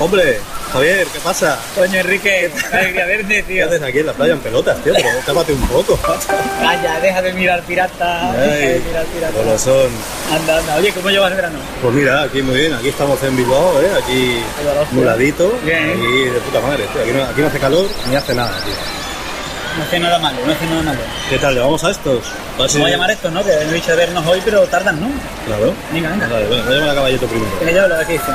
Hombre, Javier, ¿qué pasa? Coño, Enrique, alegría verte, ¿Qué tío. haces aquí en la playa en pelotas, tío? Pero tápate un poco. Calla, deja de mirar pirata. Deja de Ay, mirar pirata. no lo son. Anda, anda. Oye, ¿cómo llevas el verano? Pues mira, aquí muy bien, aquí estamos en Bilbao, ¿eh? aquí Ahí va la hostia. muladito, Bien. aquí de puta madre, tío. Aquí, no, aquí no hace calor ni hace nada, tío. No hace nada malo, no hace nada malo. ¿Qué tal? ¿Le vamos a estos? A ver si- Vamos a llamar a estos, ¿no? Que he dicho de vernos hoy, pero tardan, ¿no? Claro. Venga, venga. Vale, bueno, voy a llamar a caballito primero. Venga, yo lo que dicen.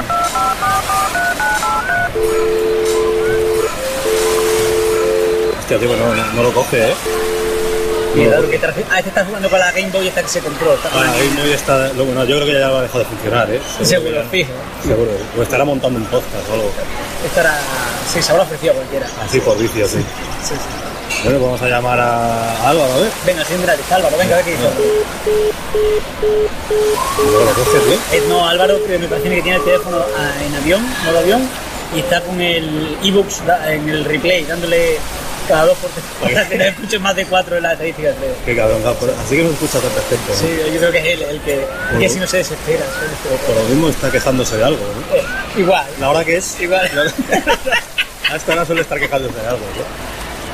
Hostia, tío, no, no, no lo coge, ¿eh? No Mira, lo lo que te refieres- Ah, este está jugando con la Game Boy esta que se compró. Está Ah, ahí muy está... lo- Bueno, yo creo que ya ha dejado de funcionar, ¿eh? Seguro, fijo. Seguro. O estará montando un podcast o algo. Esto era... Sí, se habrá ofrecido a cualquiera. Así por vicio, sí. Sí, sí. Bueno, pues vamos a llamar a Álvaro, a ver. Venga, sin gratis, Álvaro, venga, a ver qué dice. No lo coge, pues, este, tío. Eh, No, Álvaro, que me parece que tiene el teléfono ah, en avión, modo avión, y está con el ebooks da- en el replay, dándole cada dos por tres. Que no escuches más de cuatro en la estadística, creo. Qué cabrón, ah, por- así que no escucha tan perfecto. ¿no? Sí, yo creo que es él el que, el que si no se desespera. se desespera. Por lo mismo está quejándose de algo, ¿no? Eh, igual, La hora que es, igual. a esta hora suele estar quejándose de algo, ¿no?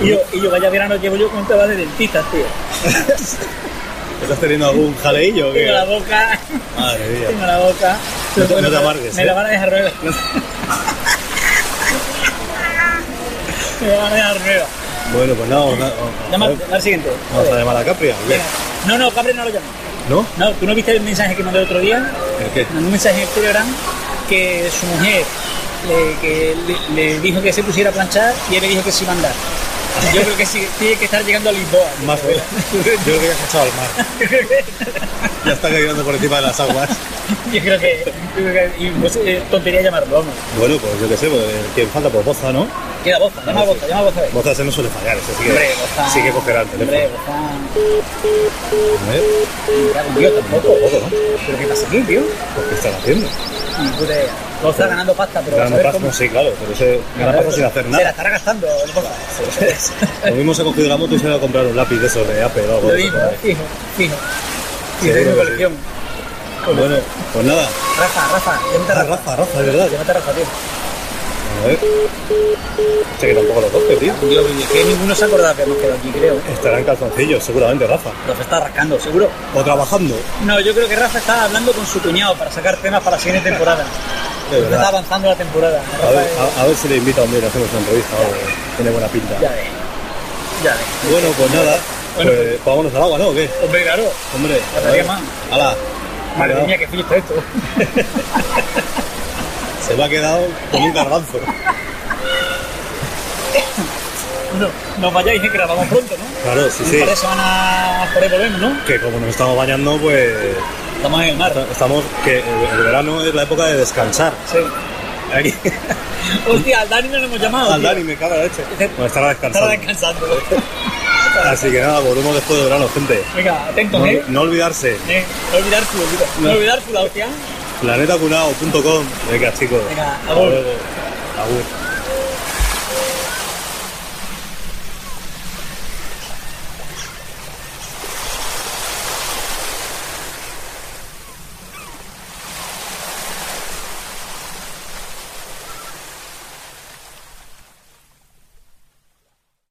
y, yo, y yo, vaya verano, llevo yo con tema de dentistas, tío. ¿Estás teniendo algún jaleillo o qué? Tengo la boca, Madre mía. tengo la boca. No te- Bueno, no te amargues, Me ¿eh? la van a dejar nueva. me la van a dejar nueva. Bueno, pues nada, vamos a- Llama, vamos llama al siguiente. a- vamos a llamar a Capri, ¿o qué? Venga. No, no, Capri no lo llamo. ¿no? No, ¿tú no viste el mensaje que mandé el otro día? ¿El qué? Mandó un mensaje en el Telegram que su mujer le, que le- le dijo que se pusiera a planchar y él le dijo que sí mandar. Yo creo que sí, tiene que estar llegando a Lisboa. Más o menos. Yo creo que ya has echado al mar. Ya está cayendo por encima de las aguas. Yo creo que, yo creo que- y, pues, eh, tontería llamarlo, vamos. Bueno, pues yo qué sé, pues, quien falta, pues Boza, ¿no? Queda Boza, llama a Boza, llama a Boza. a ver. Boza se no suele fallar, eso sí que, Hombre, Boza. sí que cogerá el teléfono. Hombre, Boza. A ver, Ya con Dios tampoco. poco, ¿no? Pero ¿qué pasa aquí, tío? Pues ¿qué están haciendo? Ni puta idea. Boza ganando pasta, pero Ganando a ver pasta, cómo- sí, claro, pero ese gana pasta sin hacer Se la nada. estará gastando el Boza. Lo mismo se ha cogido la moto y se ha ido a comprar un lápiz de esos de Apple o algo. Lo de eso, mismo, ¿eh? fijo, fijo. Sí, Y tengo sí. colección. Bueno, pues nada. Rafa, Rafa, llámate a Ah, Rafa. Rafa, Rafa, de verdad. Llámate a Rafa, tío. A ver. Sé que tampoco lo coge, tío. Yo, que ninguno se ha acordado que hemos quedado aquí, creo. ¿eh? Estará en calzoncillos, seguramente, Rafa. Rafa está rascando, seguro. O trabajando. No, yo creo que Rafa está hablando con su cuñado para sacar temas para la siguiente temporada. De Porque está verdad. avanzando la temporada. Rafa eh. A ver, es- a, a ver si le invita a un día y le hacemos una entrevista o algo. ¿eh? Tiene buena pinta. Ya ves. Ya ves. Bueno, pues nada. Bueno, Pues vámonos al agua, ¿no? ¿O qué? Hombre, claro. Hombre. estaría mal. Hala. Madre Cuidado. mía, qué fiesta esto. Se me ha quedado con un garbanzo. No, nos vayáis eh, que grabamos pronto, ¿no? Claro, sí, Un sí. par de semanas por ahí volvemos, ¿no? Que como nos estamos bañando, pues Estamos en el mar. estamos que eh, el verano es la época de descansar. Sí. Aquí, Hostia, al Dani no lo hemos llamado. al tío. Dani me caga la leche. Bueno, estará Estaba descansando. descansando. Así que nada, volvemos después de verano, gente. Venga, atentos, No, ¿eh? no olvidarse, Eh, No olvidar tu, olvida- no olvidar tu, la hostia. planetacunao.com. Venga, chicos. Venga, Hasta agur. luego. Agur.